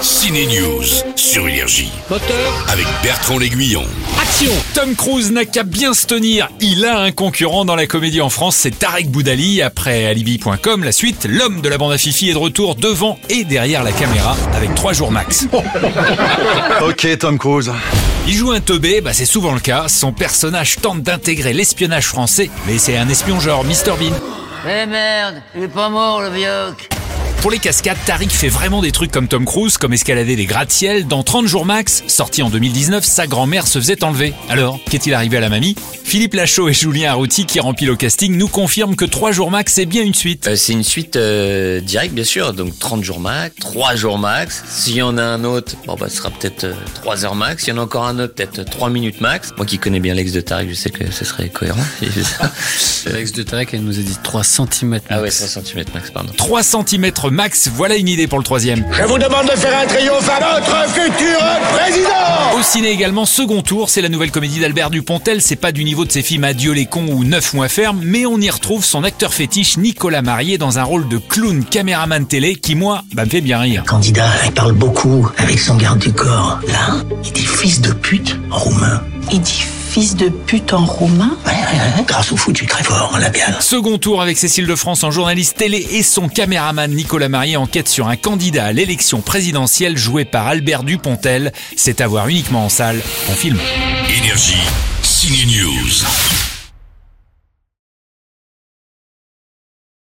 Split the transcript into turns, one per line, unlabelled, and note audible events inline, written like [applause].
Ciné News sur Énergie
Moteur,
avec Bertrand L'Aiguillon.
action
Tom Cruise n'a qu'à bien se tenir. Il a un concurrent dans la comédie en France, c'est Tarek Boudali. Après Alibi.com, la suite, l'homme de la bande à Fifi est de retour devant et derrière la caméra avec trois jours max.
Ok Tom Cruise.
Il joue un teubé, bah c'est souvent le cas. Son personnage tente d'intégrer l'espionnage français, mais c'est un espion genre Mr Bean.
Eh merde, il est pas mort le vioque
Pour les cascades, Tariq fait vraiment des trucs comme Tom Cruise, comme escalader des gratte-ciel. Dans 30 jours max, sorti en 2019, sa grand-mère se faisait enlever. Alors, qu'est-il arrivé à la mamie Philippe Lachaud et Julien Arrouti, qui remplit le casting, nous confirment que 3 jours max, c'est bien une suite.
Euh, c'est une suite euh, directe, bien sûr. Donc 30 jours max, 3 jours max. S'il y en a un autre, bon, bah, ce sera peut-être euh, 3 heures max. S'il y en a encore un autre, peut-être 3 minutes max. Moi qui connais bien l'ex de Tarek, je sais que ce serait cohérent. [laughs]
Alex de Tarek, elle nous a dit 3 cm.
ah ouais, 100 cm max, pardon.
3 cm max, voilà une idée pour le troisième.
Je vous demande de faire un triomphe à notre futur président
Au ciné également, second tour, c'est la nouvelle comédie d'Albert Dupontel. C'est pas du niveau de ses films Adieu les cons ou Neuf mois ferme, mais on y retrouve son acteur fétiche Nicolas Marié dans un rôle de clown caméraman télé qui, moi, bah, me fait bien rire.
candidat, il parle beaucoup avec son garde du corps. Là, il dit fils de pute en roumain.
Il dit fils de pute en roumain
Ouais, ouais, ouais, Grâce au foutu très fort, la biale.
Second tour avec Cécile de France en journaliste télé et son caméraman Nicolas Marié enquête sur un candidat à l'élection présidentielle joué par Albert Dupontel. C'est à voir uniquement en salle, en film.
Énergie, Ciné News.